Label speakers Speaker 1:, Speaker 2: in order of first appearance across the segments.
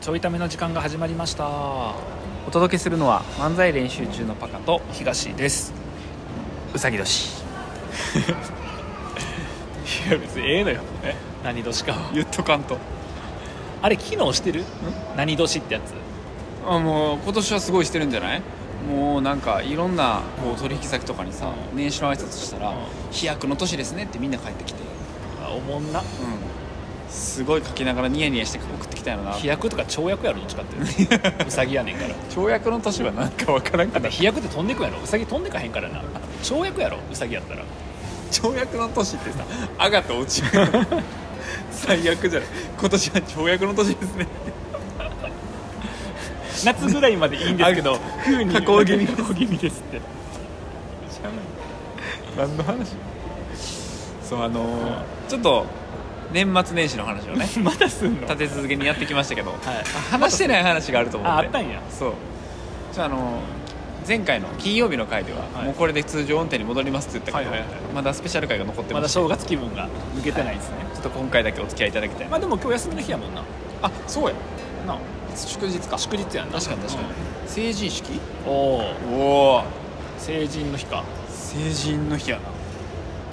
Speaker 1: ちょいための時間が始まりました
Speaker 2: お届けするのは漫才練習中のパカと
Speaker 1: 東です
Speaker 2: うさぎ年
Speaker 1: いや別にええのよえ何年かは
Speaker 2: 言っとかんと
Speaker 1: あれ機能してる何年ってやつ
Speaker 2: あもう今年はすごいしてるんじゃないもうなんかいろんなこう取引先とかにさ年始の挨拶したら
Speaker 1: うん
Speaker 2: 「飛躍の年ですね」ってみんな帰ってきて
Speaker 1: あおもんな
Speaker 2: うんすごい書きながらニヤニヤして送ってきたよな
Speaker 1: 飛躍とか跳躍やろどっちかってうさぎやねん から
Speaker 2: 跳躍の年はなんかわからんか
Speaker 1: だって
Speaker 2: った
Speaker 1: 飛躍って飛んでくやろうさぎ飛んでかへんからな跳躍やろうさぎやったら
Speaker 2: 跳躍の年ってさ「あが」と落ちる 最悪じゃない今年は跳躍の年ですね
Speaker 1: 夏ぐらいまでいいんですけど冬に
Speaker 2: 加 工気味
Speaker 1: 加工気味ですって
Speaker 2: 何の話そうあのーちょっと年末年始の話をね
Speaker 1: まだすんの
Speaker 2: 立て続けにやってきましたけど、
Speaker 1: い
Speaker 2: 話してない話があると思って
Speaker 1: ああったんや
Speaker 2: そうじゃああのー前回の金曜日の回では、
Speaker 1: はい
Speaker 2: もうこれで通常運転に戻りますって言ったけど、
Speaker 1: はいはいはい
Speaker 2: まだスペシャル回が残って
Speaker 1: ま
Speaker 2: ま
Speaker 1: だ
Speaker 2: して
Speaker 1: 正月気分が抜けてないですね、
Speaker 2: ちょっと今回だけお付き合いいただきたいな
Speaker 1: まあでも今日休みの日やもんな
Speaker 2: あそうや
Speaker 1: なあ
Speaker 2: 祝日か
Speaker 1: 祝日やんな
Speaker 2: 確かに確かに、成人式
Speaker 1: うんおお
Speaker 2: おお
Speaker 1: 成人の日か
Speaker 2: 成人の日やな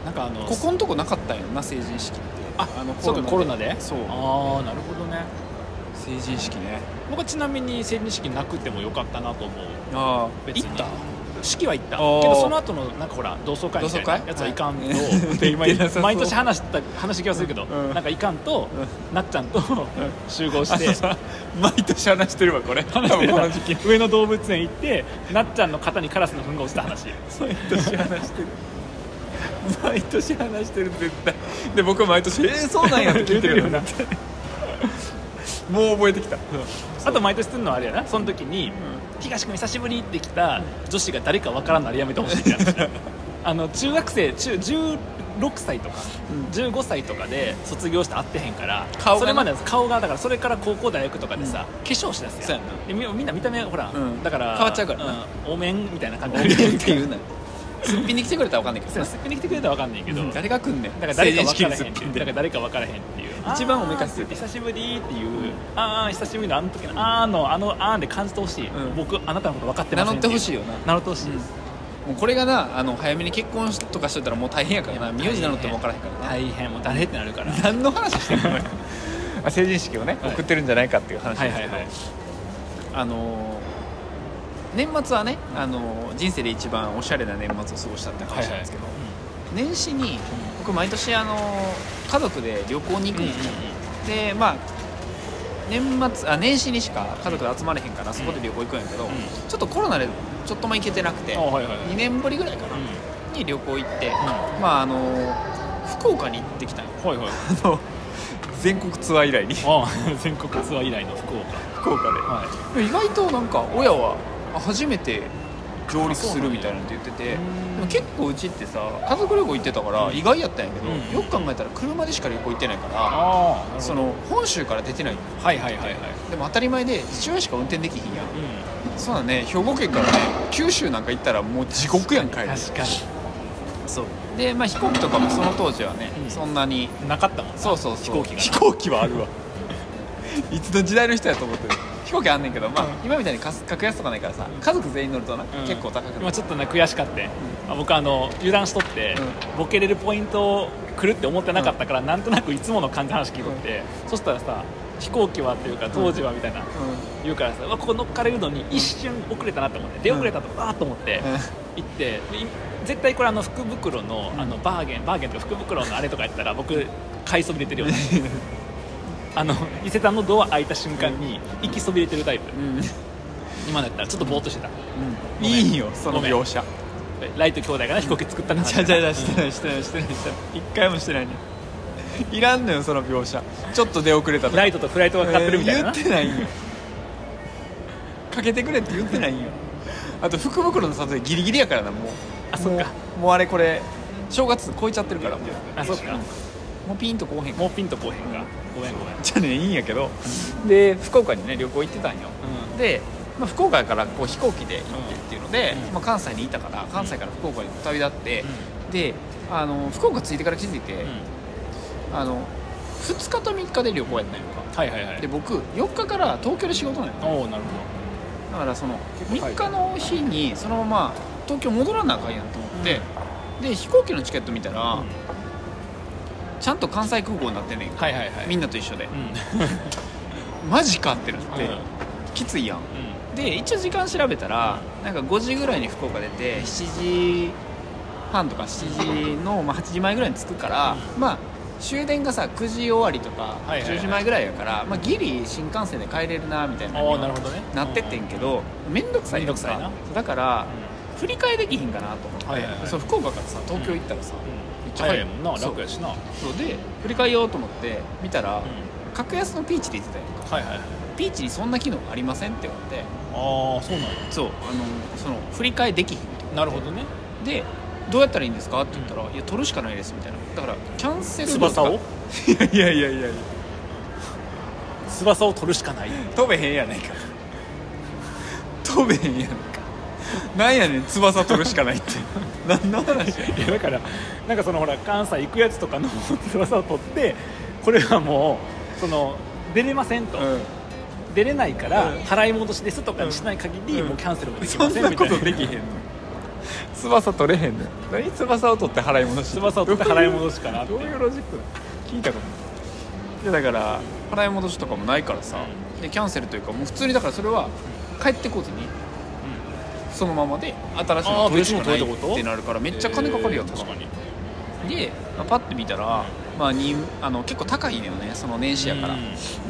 Speaker 1: なんかあの
Speaker 2: ここんとこなかったんやんな成人式って
Speaker 1: あ
Speaker 2: あの
Speaker 1: そうかコロナで
Speaker 2: そう
Speaker 1: ああなるほどね
Speaker 2: 成人式ね
Speaker 1: 僕はちなみに成人式なくてもよかったなと思う
Speaker 2: ああ
Speaker 1: 別に
Speaker 2: 行った
Speaker 1: 式は行ったけ
Speaker 2: おー
Speaker 1: どその後のなんかほら同窓会みたいな
Speaker 2: 同窓会
Speaker 1: やつはいか んと、
Speaker 2: はい
Speaker 1: って今
Speaker 2: 言ってなさそう
Speaker 1: 毎年話した話し気がするけど、
Speaker 2: うん
Speaker 1: なんかいかんと、なっちゃんと、集合し
Speaker 2: あ
Speaker 1: て
Speaker 2: のさ 毎年話してるわこれ話
Speaker 1: 多分こ
Speaker 2: こ
Speaker 1: の
Speaker 2: の
Speaker 1: 時
Speaker 2: 時
Speaker 1: 期
Speaker 2: 期
Speaker 1: 上野動物園行ってなっちゃんの肩にカラスの糞が落ちた 話
Speaker 2: 毎年話してる毎年話してる絶対で僕毎年「えー、そうなんや」って聞いてるよ
Speaker 1: 言
Speaker 2: な
Speaker 1: って
Speaker 2: もう覚えてきた
Speaker 1: あと毎年するのはあれやなその時に、東君久しぶりって来た女子が誰かわからんのあれやめてほしいって話 だあの中学生中16歳とか、
Speaker 2: うん
Speaker 1: 15歳とかで卒業して会ってへんから
Speaker 2: 顔がな
Speaker 1: それまでの顔がだからそれから高校大学とかでさ、化粧しだすやん
Speaker 2: そうや
Speaker 1: でみみんな見た目ほら、
Speaker 2: うん
Speaker 1: だから
Speaker 2: 変わっちゃうからな、
Speaker 1: うんお面みたいな感じ
Speaker 2: 何
Speaker 1: になるやん
Speaker 2: って言うなすっぴんに来てくれたら分かんないけ
Speaker 1: そ
Speaker 2: ど
Speaker 1: うすっぴんに来てくれたらわかんないけど、
Speaker 2: うん誰が来んねん
Speaker 1: だから誰か
Speaker 2: 成人
Speaker 1: 分
Speaker 2: 式
Speaker 1: から
Speaker 2: に
Speaker 1: へ
Speaker 2: す
Speaker 1: ん
Speaker 2: っ
Speaker 1: って
Speaker 2: ぴ
Speaker 1: い
Speaker 2: ん
Speaker 1: うだから
Speaker 2: で
Speaker 1: 誰か分からへんっていう
Speaker 2: 一番おめかし
Speaker 1: あー
Speaker 2: す
Speaker 1: 久しぶりっていう、ああ久しぶりのあの時のあーのあのあーで感じてほしい、
Speaker 2: うん
Speaker 1: 僕あなたのこと分かってません
Speaker 2: 名乗ってほしいよ
Speaker 1: 名
Speaker 2: な
Speaker 1: 乗ってほしいです、
Speaker 2: もうこれがなあの早めに結婚しとかしといたらもう大変やからな名字なのっても分からへんからな、
Speaker 1: 大変もう誰ってなるからは
Speaker 2: 何の話してんのあ成人式をね、
Speaker 1: はい
Speaker 2: 送ってるんじゃないかっていう話
Speaker 1: い
Speaker 2: です
Speaker 1: は
Speaker 2: け
Speaker 1: い
Speaker 2: ど、
Speaker 1: はい
Speaker 2: あのー年末はね、あのー人生で一番おしゃれな年末を過ごしたって話なんですけど、年始に僕毎年、あのー家族で旅行に行くんですよ、でまあ年末あ年始にしか家族で集まれへんからそこで旅行行くんやけど、
Speaker 1: ん
Speaker 2: ちょっとコロナでちょっとも行けてなくて、
Speaker 1: あはいはいはい
Speaker 2: 2年ぶりぐらいかな、に旅行行って、まああのー福岡に行ってきたんよ
Speaker 1: うんはいはい
Speaker 2: あの全国ツアー以来に
Speaker 1: あー全国ツアー以来の福岡
Speaker 2: 福岡で
Speaker 1: はい
Speaker 2: 意外となんか親はあ初めて上陸するみたいなのって言っててで
Speaker 1: うん
Speaker 2: も結構うちってさ家族旅行行ってたから
Speaker 1: うん
Speaker 2: 意外やったんやけど、
Speaker 1: うん
Speaker 2: よく考えたら車でしか旅行行ってないか
Speaker 1: ああ
Speaker 2: らその本州から出てない
Speaker 1: はいはいはいはい
Speaker 2: でも当たり前で父親しか運転できひんやんそうだね兵庫県からね九州なんか行ったらもう地獄やんか
Speaker 1: うん
Speaker 2: い
Speaker 1: 確か
Speaker 2: そうでまあ飛行機とかもその当時はね、
Speaker 1: うん
Speaker 2: そんなに
Speaker 1: になか ったもんな
Speaker 2: そうそうそ
Speaker 1: 飛行
Speaker 2: う
Speaker 1: 機が
Speaker 2: 飛行機はあ るわいつの時代の人やと思ってる飛行機あんねんけどまあ、今みたいにかす格安とかないからさ家族全員乗るとな、
Speaker 1: うん
Speaker 2: 結構高くな
Speaker 1: 今
Speaker 2: る
Speaker 1: ちょっとね悔しかって、あ僕あの油断しとって、ボケれるポイントを来るって思ってなかったから、なんとなくいつもの感じの話聞いとって、そしたらさ飛行機はっていうか当時はみたいな、言うからさうわここ乗っかれるのに一瞬遅れたなと思って出遅れたとわーっと思って、行ってでい絶対これあの福袋のあのバーゲンバーゲンとか福袋のあれとかやったら僕買いそびれてるよね あの伊勢丹のドア開いた瞬間に行きそびれてるタイプ
Speaker 2: うん、うん
Speaker 1: 今だったらちょっとぼーっとしてた
Speaker 2: うん、いいよその
Speaker 1: ごめん
Speaker 2: 描写
Speaker 1: ライト兄弟がね飛行機作ったな
Speaker 2: じゃじゃじゃしてないしてないしてないしてない一回もしてないね いらんのよその描写ちょっと出遅れたとか
Speaker 1: ライトとフライトがかかってるみたいな、
Speaker 2: えー言ってないんよかけてくれって言ってないんよあと福袋の撮影ギリギリやからなもう
Speaker 1: あそっか
Speaker 2: もうもうあれこれ正月超えちゃってるからもう
Speaker 1: あそっか
Speaker 2: もうピンとこうへん
Speaker 1: もうピンとこうへんかごめんごめん、
Speaker 2: じゃあねいいんやけどで福岡にね旅行行ってたんよ
Speaker 1: う
Speaker 2: で、まあ、福岡からこう飛行機で行ってっていうので、
Speaker 1: うん
Speaker 2: まあ、関西にいたから関西から福岡に旅立って、
Speaker 1: ん
Speaker 2: であの福岡着いてから気づいて、あの2日と3日で旅行やったんやんか
Speaker 1: はいはいは
Speaker 2: で
Speaker 1: い
Speaker 2: 僕4日から東京で仕事なんや
Speaker 1: おおなる
Speaker 2: だからその
Speaker 1: 構タイ
Speaker 2: 3
Speaker 1: ト
Speaker 2: 日の日にそのまま東京戻らなあかんやんと思って、で飛行機のチケット見たら、
Speaker 1: うん
Speaker 2: ちゃんと関西空港になってんねん
Speaker 1: ほどはいはいはい
Speaker 2: みんなと一緒で
Speaker 1: う、ん
Speaker 2: マジかってなって、
Speaker 1: うん
Speaker 2: きついやん
Speaker 1: うん
Speaker 2: で一応時間調べたらなんか5時ぐらいに福岡出て7時半とか7時の、まあ、8時前ぐらいに着くから、まあ終電がさ9時終わりとか
Speaker 1: はいはいはい
Speaker 2: 10時前ぐらいやから、まあ、ギリ新幹線で帰れるなみたいな
Speaker 1: おおなるほどね
Speaker 2: なってってんけど面倒くさいや
Speaker 1: めんど
Speaker 2: んか
Speaker 1: くさいな
Speaker 2: だから
Speaker 1: う
Speaker 2: 振り替えできひんかなと思って、
Speaker 1: はいはいはい
Speaker 2: そう福岡からさ東京行ったらさ、
Speaker 1: んうん
Speaker 2: めっちゃ
Speaker 1: 早
Speaker 2: 早
Speaker 1: い
Speaker 2: い
Speaker 1: もんな
Speaker 2: そう
Speaker 1: 楽やしなうん
Speaker 2: そうで振り替えようと思って見たら、格安のピーチで言ってたやんか
Speaker 1: はいはいはい
Speaker 2: ピーチにそんな機能ありませんって言われて
Speaker 1: ああそうなんや
Speaker 2: そうあのその振り替えできひんと
Speaker 1: なるほどね
Speaker 2: でどうやったらいいんですかって言ったら「いや取るしかないです」みたいなだからキャンセル料
Speaker 1: 翼を
Speaker 2: とかいやいやいやいや
Speaker 1: 翼を取るしかない
Speaker 2: 飛べへんやないか飛べへんやんかなんやねん翼取るしかないって 何の話や
Speaker 1: いやだからなんかそのほら関西行くやつとかの 噂を取ってこれはもうその出れませんと、
Speaker 2: うん
Speaker 1: 出れないから
Speaker 2: うん
Speaker 1: 払い戻しですとかにしない限り、
Speaker 2: うん
Speaker 1: もうキャンセルもでき
Speaker 2: そ
Speaker 1: ま
Speaker 2: ん
Speaker 1: せん
Speaker 2: な
Speaker 1: み
Speaker 2: こ
Speaker 1: たいな
Speaker 2: とできへんの翼取れへんの何翼を取って払い戻し
Speaker 1: 翼を取って払い戻しかなって
Speaker 2: どういうロジックだ聞いたことないいやだから払い戻しとかもないからさ、でキャンセルというかもう普通にだからそれは帰ってこずに、そのままで新しい
Speaker 1: あ
Speaker 2: の
Speaker 1: ー
Speaker 2: 取るしかない
Speaker 1: 別の取るってこと
Speaker 2: ってなるからめっちゃ金かかるやん、
Speaker 1: えー確かに
Speaker 2: で、まあ、パッて見たら、まあ、にあの結構高いのよねその年始やから、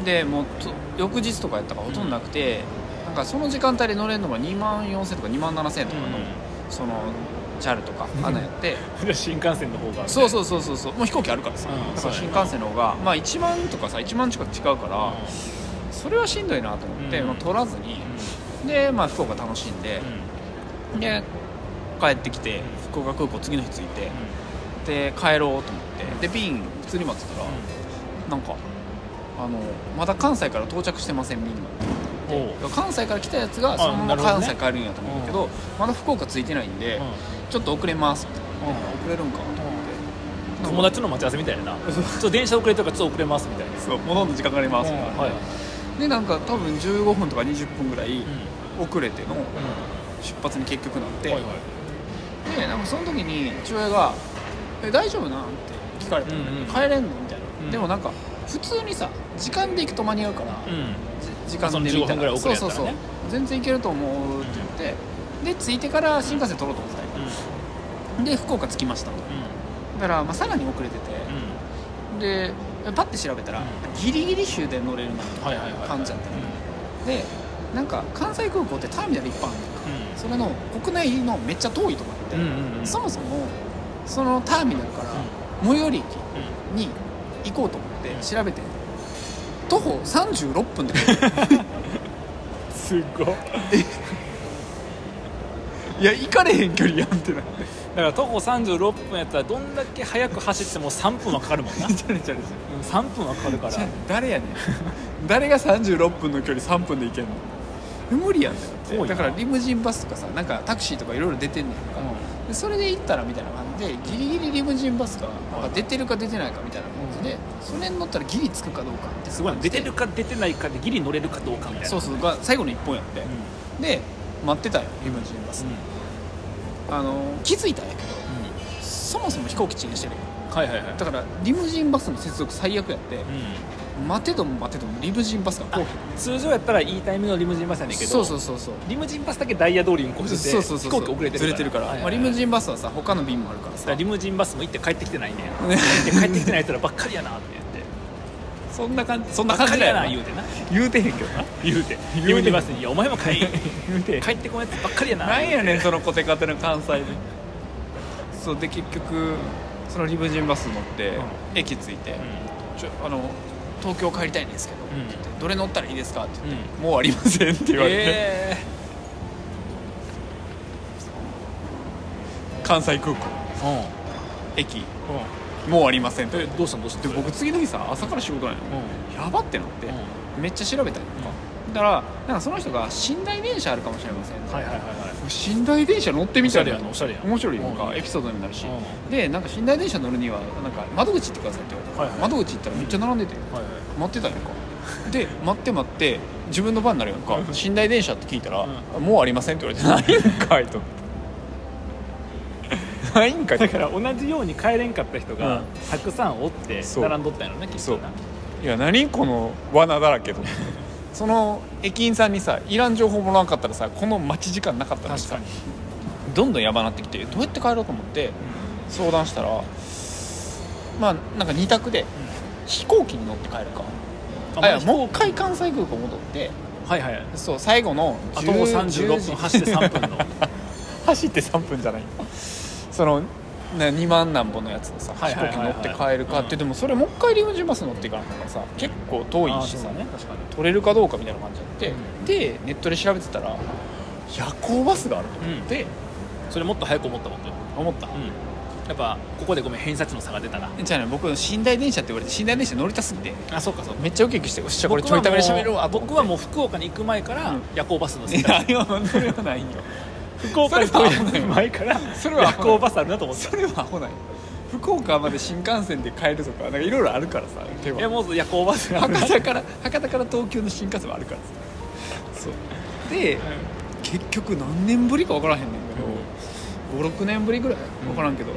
Speaker 2: でもうと翌日とかやったからほとんどなくて、なんかその時間帯で乗れるのが2万4000とか2万7000とかの、
Speaker 1: う
Speaker 2: そのチャルとかアナやって
Speaker 1: んじゃあ新幹線の方が
Speaker 2: そう
Speaker 1: う
Speaker 2: そうそうそうそうもう飛行機あるからさ、
Speaker 1: うん
Speaker 2: だから新幹線の方が、まあ、1万とかさ1万近く違うから、それはしんどいなと思って、
Speaker 1: うん
Speaker 2: まあ、取らずにで、まあ、福岡楽しんで、で帰ってきて福岡空港次の日着いてで帰ろうと思ってで便普通に待ってたら、なんかあのまだ関西から到着してませんみんな
Speaker 1: おう
Speaker 2: 関西から来たやつがそのまま
Speaker 1: あなるほど
Speaker 2: 関
Speaker 1: ね
Speaker 2: 西帰るんやと思うんだけどまだ福岡着いてないんで、ちょっと遅れますみたい
Speaker 1: う
Speaker 2: な遅れるんかなと思っ
Speaker 1: ん
Speaker 2: て
Speaker 1: 友達の待ち合わせみたいななちょっと電車遅れとかちょっと遅れますみたいな
Speaker 2: そう戻るの時間かかりますみたいな、
Speaker 1: はい
Speaker 2: でなんか多分15分とか20分ぐらい遅れての
Speaker 1: う
Speaker 2: 出発に結局なって、
Speaker 1: んはいはい
Speaker 2: でなんかその時に父親が「え大丈夫なん?」って聞かれたの、
Speaker 1: うんうん
Speaker 2: 帰れんの?」みたいな、
Speaker 1: うん
Speaker 2: でもなんか普通にさ時間で行くと間に合うから、
Speaker 1: うん
Speaker 2: 時間で
Speaker 1: その
Speaker 2: 見
Speaker 1: 15
Speaker 2: た
Speaker 1: 分ぐらい遅
Speaker 2: そう
Speaker 1: れやった
Speaker 2: そう
Speaker 1: らね
Speaker 2: そう全然行けると思うって言ってで着いてから新幹線取ろうと思ってたんやで福岡着きましたとだから、まあ、さらに遅れてて、
Speaker 1: う
Speaker 2: でパッて調べたら、
Speaker 1: うん
Speaker 2: ギリギリ終電乗れるなって
Speaker 1: んはいはいはい
Speaker 2: 感じやったのでなんか関西空港ってターミナルいっぱいあるのよ
Speaker 1: う
Speaker 2: それの国内のめっちゃ遠いとこあって、
Speaker 1: んうんうん
Speaker 2: そもそもそのターミナルから最寄り駅に行こうと思って調べて徒歩36分で帰って
Speaker 1: すごい
Speaker 2: いや行かれへん距離やんってなって
Speaker 1: だから徒歩36分やったらどんだけ早く走っても3分はかかるもん な
Speaker 2: チャレチャレチ
Speaker 1: 3分はかかるか
Speaker 2: じゃあ
Speaker 1: ら
Speaker 2: 誰やねん 誰が36分の距離3分で行けんの無理やんってな
Speaker 1: 遠
Speaker 2: って
Speaker 1: いな
Speaker 2: だからリムジンバスとかさなんかタクシーとかいろいろ出てんねんか、でそれで行ったらみたいな感じでギリギリリムジンバスがなんか出てるか出てないかみたいな感じで、それに乗ったらギリ着くかどうかって
Speaker 1: すごいな出てるか出てないかでギリ乗れるかどうかみたいな
Speaker 2: そうそうが最後の1本やって、
Speaker 1: うん
Speaker 2: で待ってたよリムジンバス、あの気づいたんやけ
Speaker 1: う
Speaker 2: どそもそも飛行機遅延してるよ
Speaker 1: んはいはいはい
Speaker 2: だからリムジンバスの接続最悪やって、
Speaker 1: うん
Speaker 2: 待てども待てどもリムジンバスが来おへん
Speaker 1: 通常やったらいいタイミングのリムジンバスやねんけど
Speaker 2: そうそうそうそう
Speaker 1: リムジンバスだけダイヤ通りにこうしてて
Speaker 2: そうそうそう
Speaker 1: 飛行機遅れてる
Speaker 2: ずれてるから、
Speaker 1: はいはい
Speaker 2: まあ、リムジンバスはさ他の便もあるから
Speaker 1: だ
Speaker 2: さ
Speaker 1: からリムジンバスも行って帰ってきてないね ん
Speaker 2: ね
Speaker 1: 行って帰ってきてない人らばっかりやなって言って
Speaker 2: そんな感じそん
Speaker 1: ば
Speaker 2: な
Speaker 1: っか
Speaker 2: 感じ
Speaker 1: り
Speaker 2: だ
Speaker 1: やな
Speaker 2: よな
Speaker 1: 言うてな
Speaker 2: 言うてへんけどな
Speaker 1: 言うて
Speaker 2: 言うて
Speaker 1: リムジンバスに「いやお前も帰り
Speaker 2: 言うてへん
Speaker 1: 帰ってこんやつばっかりやな」
Speaker 2: なんやねんそのコテカテの関西人そうで結局そのリムジンバス乗って、
Speaker 1: うん
Speaker 2: 駅着いて、
Speaker 1: う
Speaker 2: ちょあの「東京帰りたいんですけど」
Speaker 1: ん
Speaker 2: って言ってどれ乗ったらいいですか?」って
Speaker 1: うん
Speaker 2: 言って、もうありません」って言われて、
Speaker 1: え
Speaker 2: 関西空港
Speaker 1: ー
Speaker 2: 駅
Speaker 1: うん
Speaker 2: もうありませんと
Speaker 1: うんえどうしたんどうした
Speaker 2: で僕次の日さ朝から仕事なんや
Speaker 1: うん
Speaker 2: やばってなって、
Speaker 1: うん
Speaker 2: めっちゃ調べたりとか、だからなんかその人が寝台電車あるかもしれません、
Speaker 1: はいはいはいはい
Speaker 2: 寝台電車乗ってみ
Speaker 1: おしたゃ
Speaker 2: い
Speaker 1: れ
Speaker 2: な
Speaker 1: やんおしゃれやん
Speaker 2: 面白いよなん
Speaker 1: う
Speaker 2: か
Speaker 1: ん
Speaker 2: エピソードにもなるし、
Speaker 1: うん
Speaker 2: でなんか寝台電車乗るにはなんか窓口行ってくださいって言われて、
Speaker 1: はいはい
Speaker 2: 窓口行ったらめっちゃ並んでて、
Speaker 1: はい
Speaker 2: 待ってたやんかで待って待って自分の番になるやんか
Speaker 1: うん
Speaker 2: 寝台電車って聞いたら「
Speaker 1: う
Speaker 2: もうありません」って言われて「ないんかい」と 「ないんかい」と
Speaker 1: だから同じように帰れんかった人
Speaker 2: う
Speaker 1: が
Speaker 2: ん
Speaker 1: たくさんおって
Speaker 2: そう
Speaker 1: 並んどったんやろねきっ
Speaker 2: そう
Speaker 1: とない
Speaker 2: や何この罠だらけとその駅員さんにさいらん情報もらわんかったらさこの待ち時間なかったら
Speaker 1: 確
Speaker 2: さ
Speaker 1: かに
Speaker 2: どんどんやばなってきてどうやって帰ろうと思って相談したらまあなんか2択で飛行機に乗って帰るかあいやもう一回関西空港戻って
Speaker 1: はいはい
Speaker 2: そう最後の
Speaker 1: あともう36分走って3分 の
Speaker 2: 走って3分じゃないそのな2万何本のやつでさ
Speaker 1: はい
Speaker 2: 飛
Speaker 1: はい
Speaker 2: 行
Speaker 1: はいはい
Speaker 2: 機乗って帰るかって、
Speaker 1: うん
Speaker 2: でもそれもう一回リムジンバス乗っていかなあかんからさ結構遠
Speaker 1: あ
Speaker 2: い
Speaker 1: ー
Speaker 2: し
Speaker 1: そう
Speaker 2: さ、
Speaker 1: だね確かに
Speaker 2: 取れるかどうかみたいな感じあって、
Speaker 1: うん
Speaker 2: でネットで調べてたら夜行バスがあると思って、
Speaker 1: それもっと早く思ったもんね
Speaker 2: 思った、
Speaker 1: うんやっぱここでごめん偏差値の差が出たな
Speaker 2: じゃあね僕寝台電車って言われて寝台電車乗りたすぎて
Speaker 1: あそうかそう
Speaker 2: めっちゃウキウキしてよっしゃこれちょいためでしゃべるわと思って
Speaker 1: 僕はもう福岡に行く前から
Speaker 2: うん
Speaker 1: 夜行バスの
Speaker 2: いやいやそれはないよ
Speaker 1: 福
Speaker 2: 岡に行く
Speaker 1: 前から
Speaker 2: それは
Speaker 1: 夜行バスあるなと 思って
Speaker 2: それはアホない福岡まで新幹線で帰るとかなんかいろいろあるからさ手はい
Speaker 1: やもう夜行バスがある
Speaker 2: 博多から博多から東京の新幹線はあるからさそうで結局何年ぶりか分からへんねんけど56年ぶりぐらい分からんけど、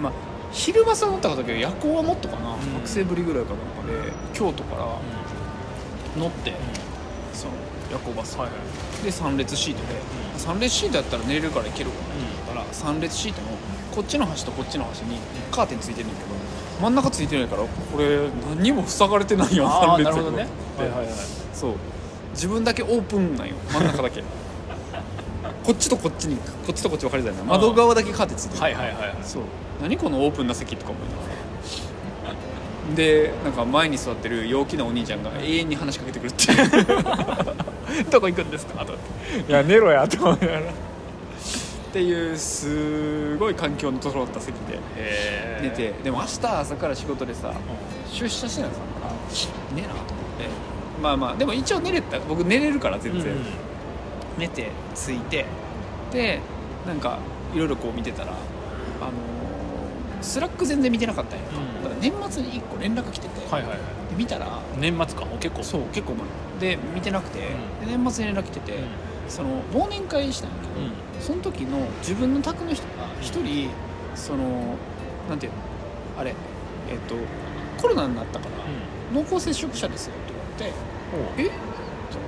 Speaker 2: まあ昼間さ乗ったかだけど夜行はもっとかな、
Speaker 1: ん
Speaker 2: 学生ぶりぐらいかなんかで京都から乗って、その夜行バス
Speaker 1: はいはい
Speaker 2: で3列シートで、
Speaker 1: う
Speaker 2: 3列シートやったら寝れるからいけるかなと思ったら3列シートのこっちの端とこっちの端にカーテンついてるんだけど真ん中ついてないからこれ何にも塞がれてないよ
Speaker 1: あ
Speaker 2: 3
Speaker 1: あ
Speaker 2: 列
Speaker 1: なるほどね
Speaker 2: で
Speaker 1: はいはいはい
Speaker 2: そう自分だけオープンなんよ真ん 中だけこっちとこっちにこっちとこっち分かれたいな窓側だけカーテンついてる、
Speaker 1: はいはい はいはい
Speaker 2: そう何このオープンな席とか思い ながらでなんか前に座ってる陽気なお兄ちゃんが永遠に話しかけてくるっていうどこ行くんですか?」とかって「いや寝ろや」と思いながらっていうすごい環境の整った席で
Speaker 1: へー
Speaker 2: 寝てでも明日朝から仕事でさ
Speaker 1: う
Speaker 2: 出社してないから寝なと思ってまあまあでも一応寝れた僕寝れるから全
Speaker 1: ん
Speaker 2: 然、
Speaker 1: うん
Speaker 2: 寝て着いてでなんかいろいろこう見てたらあのースラック全然見てなかったんや、
Speaker 1: うん
Speaker 2: だから年末に1個連絡来てて、
Speaker 1: はいはいはい
Speaker 2: で見たら
Speaker 1: 年末かもう結構
Speaker 2: そう結構前で見てなくて、
Speaker 1: う
Speaker 2: で年末に連絡来てて、
Speaker 1: うん
Speaker 2: その忘年会したんやけど、
Speaker 1: うん
Speaker 2: その時の自分の宅の人が1人そのなんていうのあれえっとコロナになったから、濃厚接触者ですよって言わ
Speaker 1: うん
Speaker 2: れて「えっ?」と思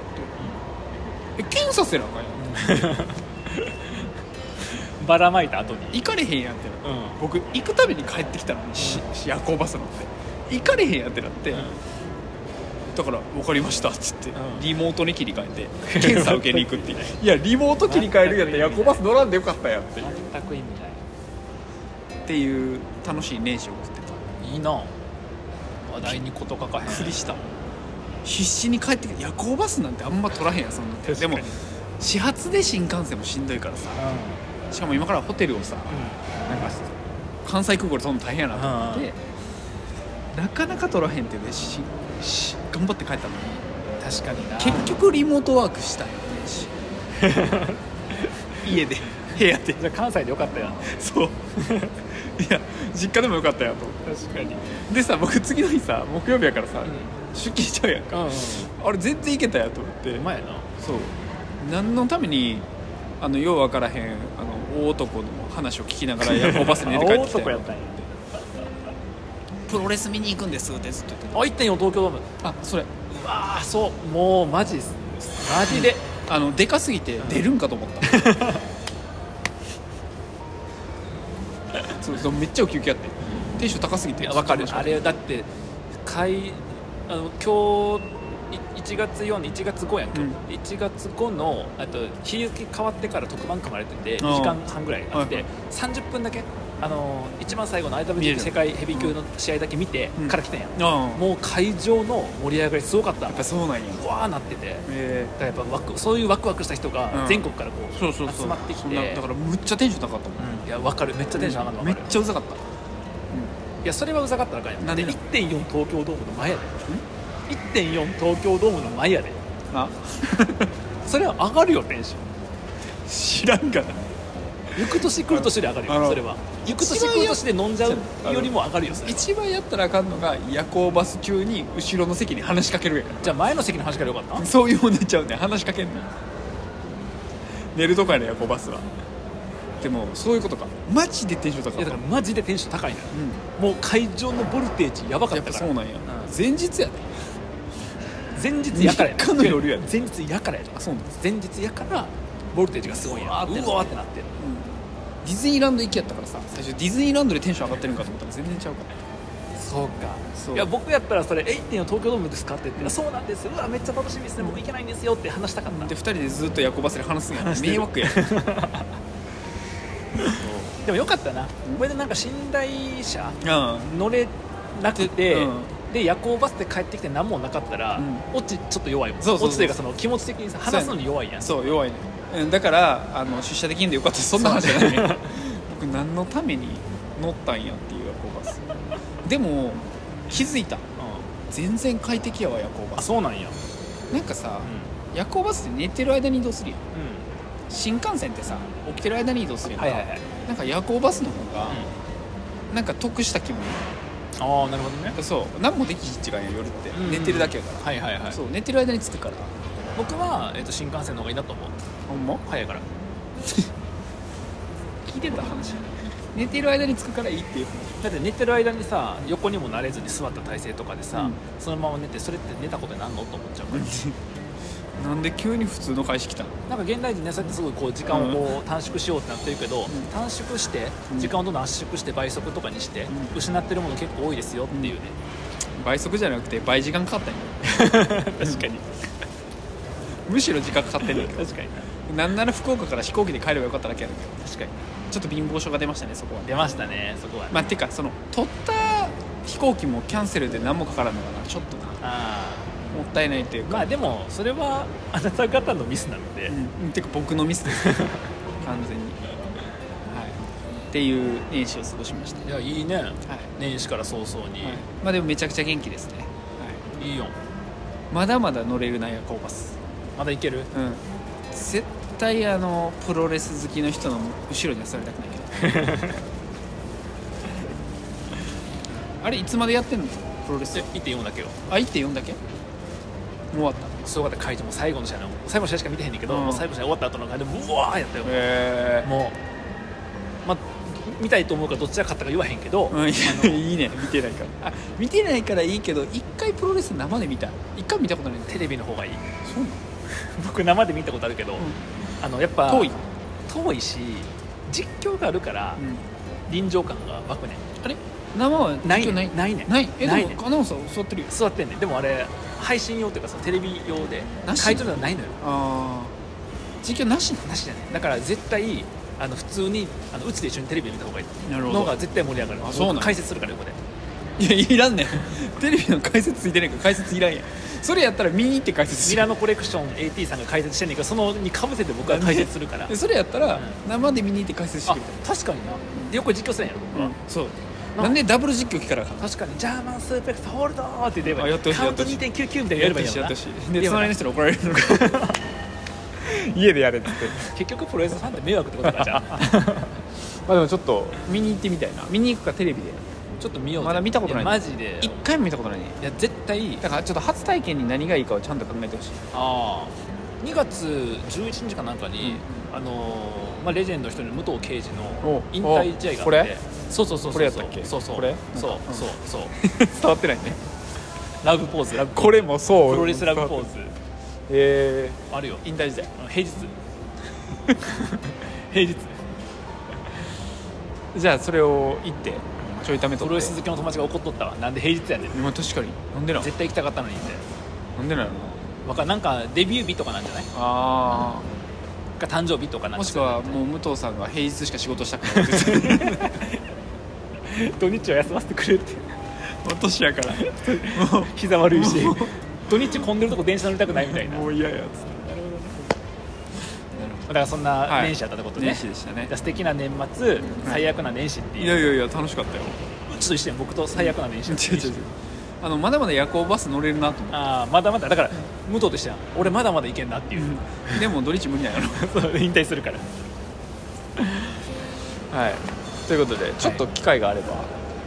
Speaker 2: って「え検査せなあかんやん」
Speaker 1: ばらまいた後に
Speaker 2: 行かれへんやんってなって
Speaker 1: うん
Speaker 2: 僕行くたびに帰ってきたのにしし夜行バス乗って行かれへんやんってなって、だから「分かりました」っつって、
Speaker 1: うん
Speaker 2: リモートに切り替え て検査受けに行くっていういやリモート切り替えるんやったら夜行バス乗らんでよかったやんって
Speaker 1: 全く意味な
Speaker 2: っていう楽しい年始を送ってた
Speaker 1: いいいな話題に事欠かへん
Speaker 2: ふりした必死に帰ってきて夜行バスなんてあんま取らへんやんそんなんてで
Speaker 1: 確か
Speaker 2: も
Speaker 1: に
Speaker 2: 始発で新幹線もしんどいからさ
Speaker 1: う
Speaker 2: しかも今からホテルをさなんか関西空港で飛んの大変やなと思って、なかなか取らへんってねしし頑張って帰ったのに
Speaker 1: ん確かにな
Speaker 2: 結局リモートワークしたいよねし家で部屋で
Speaker 1: じゃあ関西でよかったやん
Speaker 2: そういや実家でもよかったよと思っ
Speaker 1: 確かに
Speaker 2: てでさ僕次の日さ木曜日やからさ、
Speaker 1: ん
Speaker 2: 出勤しちゃうやんか、
Speaker 1: う
Speaker 2: あれ全然行けたやと思って
Speaker 1: んうまいな
Speaker 2: そう何のためにあのようわからへんあの大男の話を聞きながら夜行バスに寝て帰ってき
Speaker 1: 大男やったたんや
Speaker 2: プロレス見に行くんですってずっと言っ
Speaker 1: あ
Speaker 2: て
Speaker 1: 1.4東京ドーム
Speaker 2: たあそれ
Speaker 1: うわーそうもうマジっすマジで
Speaker 2: あのでかすぎて出るんかと思った、 そうそうめっちゃウキウキやってテンション高すぎて
Speaker 1: あれだって会あの今日い1月41月5やんけ、
Speaker 2: うん
Speaker 1: 1月5のあと日付変わってから特番組まれてて
Speaker 2: あー
Speaker 1: 2時間半ぐらいあって、
Speaker 2: はいは
Speaker 1: 30分だけあの一番最後の
Speaker 2: 見れ
Speaker 1: IWGP
Speaker 2: る
Speaker 1: 世界ヘビー級の試合だけ見て
Speaker 2: うん
Speaker 1: から来たんや、
Speaker 2: ああ
Speaker 1: もう会場の盛り上がりすごかった
Speaker 2: やっぱそうなんや
Speaker 1: うわーなってて
Speaker 2: え
Speaker 1: だからやっぱワクそういうワクワクした人
Speaker 2: う
Speaker 1: が
Speaker 2: ん
Speaker 1: 全国からこ
Speaker 2: え
Speaker 1: う
Speaker 2: そうそうそう
Speaker 1: 集まってき
Speaker 2: そん
Speaker 1: て
Speaker 2: なだからむっちゃテンション高かったもん
Speaker 1: うんいや分かるめっちゃテンション上がるの
Speaker 2: め
Speaker 1: 分
Speaker 2: っ
Speaker 1: かる、
Speaker 2: ちゃうざかった
Speaker 1: いやそれはうざかったらあかんやん
Speaker 2: なん
Speaker 1: で
Speaker 2: で
Speaker 1: 1.4東京ドームの前やで1.4東京ドームの前やで
Speaker 2: な
Speaker 1: それは上がるよテンシ
Speaker 2: 知らんがな
Speaker 1: ョン行く年来る年で上がる
Speaker 2: あ
Speaker 1: よ
Speaker 2: の
Speaker 1: それは行く年来る年で飲んじゃうよりも上がるよそれは
Speaker 2: 一番やったらあかんのが夜行バス中に後ろの席に話しかけるやか
Speaker 1: じゃあ前の席の話からよかった
Speaker 2: らそういうもん出ちゃうねん話しかけんねん寝るとかやねん夜行バスはでもそういうことかマジでテンション
Speaker 1: い
Speaker 2: 高
Speaker 1: やだ
Speaker 2: か
Speaker 1: か
Speaker 2: っ
Speaker 1: らマジでテンション高いのよ
Speaker 2: たう
Speaker 1: も
Speaker 2: ん
Speaker 1: う会場のボルテージやばかっ
Speaker 2: やったぱ
Speaker 1: か
Speaker 2: そ
Speaker 1: ら
Speaker 2: うなん
Speaker 1: ん
Speaker 2: や、前日やね
Speaker 1: 前日やからやね
Speaker 2: 三日の夜やね
Speaker 1: 前日やからやじゃん
Speaker 2: あそうなんです
Speaker 1: 前日やからボルテージがすごいんやうわ
Speaker 2: うわーってな
Speaker 1: ー
Speaker 2: って
Speaker 1: ってなって
Speaker 2: ディズニーランド行きやったからさ最初ディズニーランドでテンション上がってるんかと思ったら全然ちゃうから
Speaker 1: そうか
Speaker 2: そう
Speaker 1: いや僕やったらそれ「えいってんの東京ドームですか?」って言って「そうなんですうわめっちゃ楽しみですね僕行けないんですよ」って話したかったで
Speaker 2: で2人でずっと夜行バスで話すんや
Speaker 1: 話してる
Speaker 2: 迷惑や
Speaker 1: もよかったなこれでなんか寝台車
Speaker 2: うん
Speaker 1: 乗れなくて、
Speaker 2: うん
Speaker 1: で夜行バスで帰ってきて何もなかったら、
Speaker 2: うん
Speaker 1: 落ちちょっと弱いもん
Speaker 2: そうそうそう
Speaker 1: 落ちというかその気持ち的にさ話すのに弱いやん
Speaker 2: そう弱いねうんだからあの出社できんでよかったそんな話じゃない 僕何のために乗ったんやっていう夜行バスでも気づいた
Speaker 1: うん
Speaker 2: 全然快適やわ夜行バ
Speaker 1: あ
Speaker 2: ス
Speaker 1: そうなんや、
Speaker 2: なんかさ
Speaker 1: う、ん
Speaker 2: 夜行バスって寝てる間に移動するやん新幹線ってさ起きてる間に移動する
Speaker 1: うん
Speaker 2: やん
Speaker 1: はい
Speaker 2: か、
Speaker 1: はいはい、
Speaker 2: なんか夜行バスの方が、なんか得した気分
Speaker 1: ああなるほどね
Speaker 2: そう何もできひん違うよ夜って、
Speaker 1: うん
Speaker 2: 寝てるだけやか
Speaker 1: は
Speaker 2: ら、
Speaker 1: いはいはい
Speaker 2: そう寝てる間に着くから
Speaker 1: 僕は、えっと新幹線の方がいいなと思う
Speaker 2: ほんま
Speaker 1: 早いから
Speaker 2: 聞いてた話寝てる間に着くからいいっていう
Speaker 1: だって寝てる間にさ横にもなれずに座った体勢とかでさ、
Speaker 2: うん
Speaker 1: そのまま寝てそれって寝たことになんのと思っちゃうから、
Speaker 2: なんで急に普通の返し来たの
Speaker 1: なんか現代人ねそうやってすごいこう時間をこう短縮しようってなってるけど、短縮して
Speaker 2: うん
Speaker 1: 時間をどんどん圧縮して倍速とかにして、
Speaker 2: うん
Speaker 1: 失ってるもの結構多いですよっていうね、
Speaker 2: 倍速じゃなくて倍時間かかったんや
Speaker 1: 確かに
Speaker 2: むしろ時間かかってんだけ
Speaker 1: 確かに
Speaker 2: どなんなら福岡から飛行機で帰ればよかっただけやねんけど
Speaker 1: 確かに
Speaker 2: ちょっと貧乏症が出ましたねそこは
Speaker 1: 出ましたねそこは、
Speaker 2: まあてかその取った飛行機もキャンセルで何もかからんのかなちょっとなも
Speaker 1: あ
Speaker 2: ったいないっていう
Speaker 1: ー
Speaker 2: か
Speaker 1: まあでもそれはあなた方のミスなので、
Speaker 2: うん、てか僕のミスで す完全に、はい、っていう年始を過ごしました、
Speaker 1: いやいいね
Speaker 2: はい
Speaker 1: 年始から早々に、
Speaker 2: はいまあでもめちゃくちゃ元気ですね、はい、
Speaker 1: い、いよ
Speaker 2: まだまだ乗れるな夜行バス
Speaker 1: まだいける
Speaker 2: うん絶対あのプロレス好きの人の後ろには座りたくないけど あれいつまでやってんのプロレス
Speaker 1: え1.4だけよ
Speaker 2: あいって4だけもう終わった
Speaker 1: そうだった会場も最後の試合の最後の試合しか見てへんねんけど、
Speaker 2: うん
Speaker 1: もう最後の試合終わった後の会でもうわーやったよ、
Speaker 2: へ
Speaker 1: もうまあ見たいと思うからどっちが勝ったか言わへんけど、
Speaker 2: うん、いやいいね見てないからあ見てないからいいけど一回プロレス生で見たい一回見たことないんだ
Speaker 1: テレビの方がいい
Speaker 2: そう
Speaker 1: 僕生で見たことあるけど、
Speaker 2: ん
Speaker 1: あのやっぱ
Speaker 2: 遠い、
Speaker 1: 遠いし実況があるから臨場感が湧くねん
Speaker 2: あれ生は
Speaker 1: ない
Speaker 2: 一応な
Speaker 1: ね
Speaker 2: い
Speaker 1: んないねん
Speaker 2: ないえ
Speaker 1: ない
Speaker 2: で
Speaker 1: ねん
Speaker 2: もアナウンサー座ってるよ
Speaker 1: 座ってんねんでもあれ配信用っていうかそのテレビ用で
Speaker 2: なし
Speaker 1: 会場ではないのよ
Speaker 2: ああ実況なしな
Speaker 1: なしじゃないだから絶対あの普通にあのうちで一緒にテレビで見た方がいい
Speaker 2: なる
Speaker 1: のが絶対盛り上がる
Speaker 2: あそうなん
Speaker 1: 解説するから横で
Speaker 2: いやいらんねん テレビの解説ついてないから解説いらんやんそれやったら見に行って解説し
Speaker 1: ミラノコレクション AT さんが解説してんねんけどそのにかぶせて僕は解説するから
Speaker 2: でそれやったら
Speaker 1: う
Speaker 2: 生で見に行って解説して
Speaker 1: あ
Speaker 2: くれた
Speaker 1: 確かになでよく実況するんやろ僕は、
Speaker 2: そう
Speaker 1: な
Speaker 2: なんでダブル実況聞からかん
Speaker 1: 確かにジャーマンスーペクスホールドーって言えばい
Speaker 2: あ
Speaker 1: い
Speaker 2: やってほしい
Speaker 1: カウント
Speaker 2: やって
Speaker 1: 2.99みたいなのやればいいやろな
Speaker 2: やってほしいやってほしいで
Speaker 1: やれば
Speaker 2: 隣の人に怒られるの か家でやれって
Speaker 1: 結局プロレスファンって迷惑ってことかじゃあ
Speaker 2: まあでもちょっと見に行ってみたいな見に行くかテレビで
Speaker 1: ちょっと見ようぜ
Speaker 2: まだ見たことない
Speaker 1: やマジで
Speaker 2: 一回も見たことないね
Speaker 1: いや絶対
Speaker 2: だからちょっと初体験に何がいいかをちゃんと考えてほしい
Speaker 1: ああ2月11日かなんかに、あのーまあ、レジェンド一人の武藤敬司の
Speaker 2: お
Speaker 1: 引退試合があって
Speaker 2: おこれ
Speaker 1: そうそうそうそう
Speaker 2: これやったっけ
Speaker 1: そうそう
Speaker 2: これ
Speaker 1: そう
Speaker 2: うん
Speaker 1: そうそう
Speaker 2: 伝わってないね
Speaker 1: ラグポーズラグ
Speaker 2: これもそう
Speaker 1: プロレスラグポーズ
Speaker 2: え
Speaker 1: あるよ
Speaker 2: ー、引退時代
Speaker 1: あの平日 平日
Speaker 2: じゃあそれを行ってちょいため
Speaker 1: プ
Speaker 2: とって
Speaker 1: ロレス好きの友達が怒っとったわなんで平日やねん
Speaker 2: まあ確かになんでなん
Speaker 1: 絶対行きたかったのにって
Speaker 2: なんでなの
Speaker 1: わかんなんかデビュー日とかなんじゃない
Speaker 2: あ
Speaker 1: か誕生日とか
Speaker 2: あ
Speaker 1: なん
Speaker 2: も
Speaker 1: か
Speaker 2: しくはもう武藤さんが平日しか仕事したくないって言って
Speaker 1: 土日は休ませてくれって
Speaker 2: お年や からも
Speaker 1: 膝悪いし
Speaker 2: もう
Speaker 1: 土日混んでるとこ電車乗りたくないみたいうな
Speaker 2: もう嫌やつってなる
Speaker 1: だからそんな
Speaker 2: はい
Speaker 1: 年始だったってこ
Speaker 2: ほ
Speaker 1: と
Speaker 2: ど
Speaker 1: ね、
Speaker 2: 年始でしたね
Speaker 1: じゃあ素敵な年末最悪な年始って
Speaker 2: い
Speaker 1: いう、
Speaker 2: やいやいや楽しかったよ
Speaker 1: ちょっと一緒に僕と最悪な年始
Speaker 2: 違う違う違うあのまだまだ夜行バス乗れるなと思っ
Speaker 1: ああまだまだだから武藤としては俺まだまだいけんなっていう、
Speaker 2: てでも土日無理なんや ろ
Speaker 1: そう引退するから
Speaker 2: はいということでちょっと機会があれば、は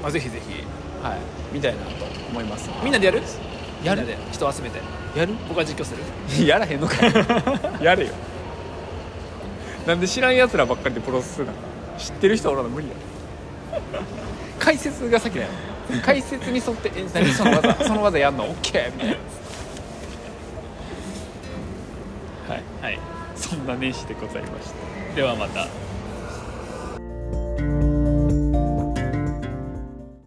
Speaker 1: まあぜひぜひ
Speaker 2: い見たいなと思います
Speaker 1: みんなでやる
Speaker 2: やる
Speaker 1: みんなで人集めて
Speaker 2: やる
Speaker 1: 僕は実況する
Speaker 2: やらへんのか やれよなんで知らんやつらばっかりでプロレスするの知ってる人おらな無理やろ解説が先だよ解説に沿って「え何その技その技やんの OK」みたいな
Speaker 1: はい、はい、
Speaker 2: そんな年始でございました
Speaker 1: ではまた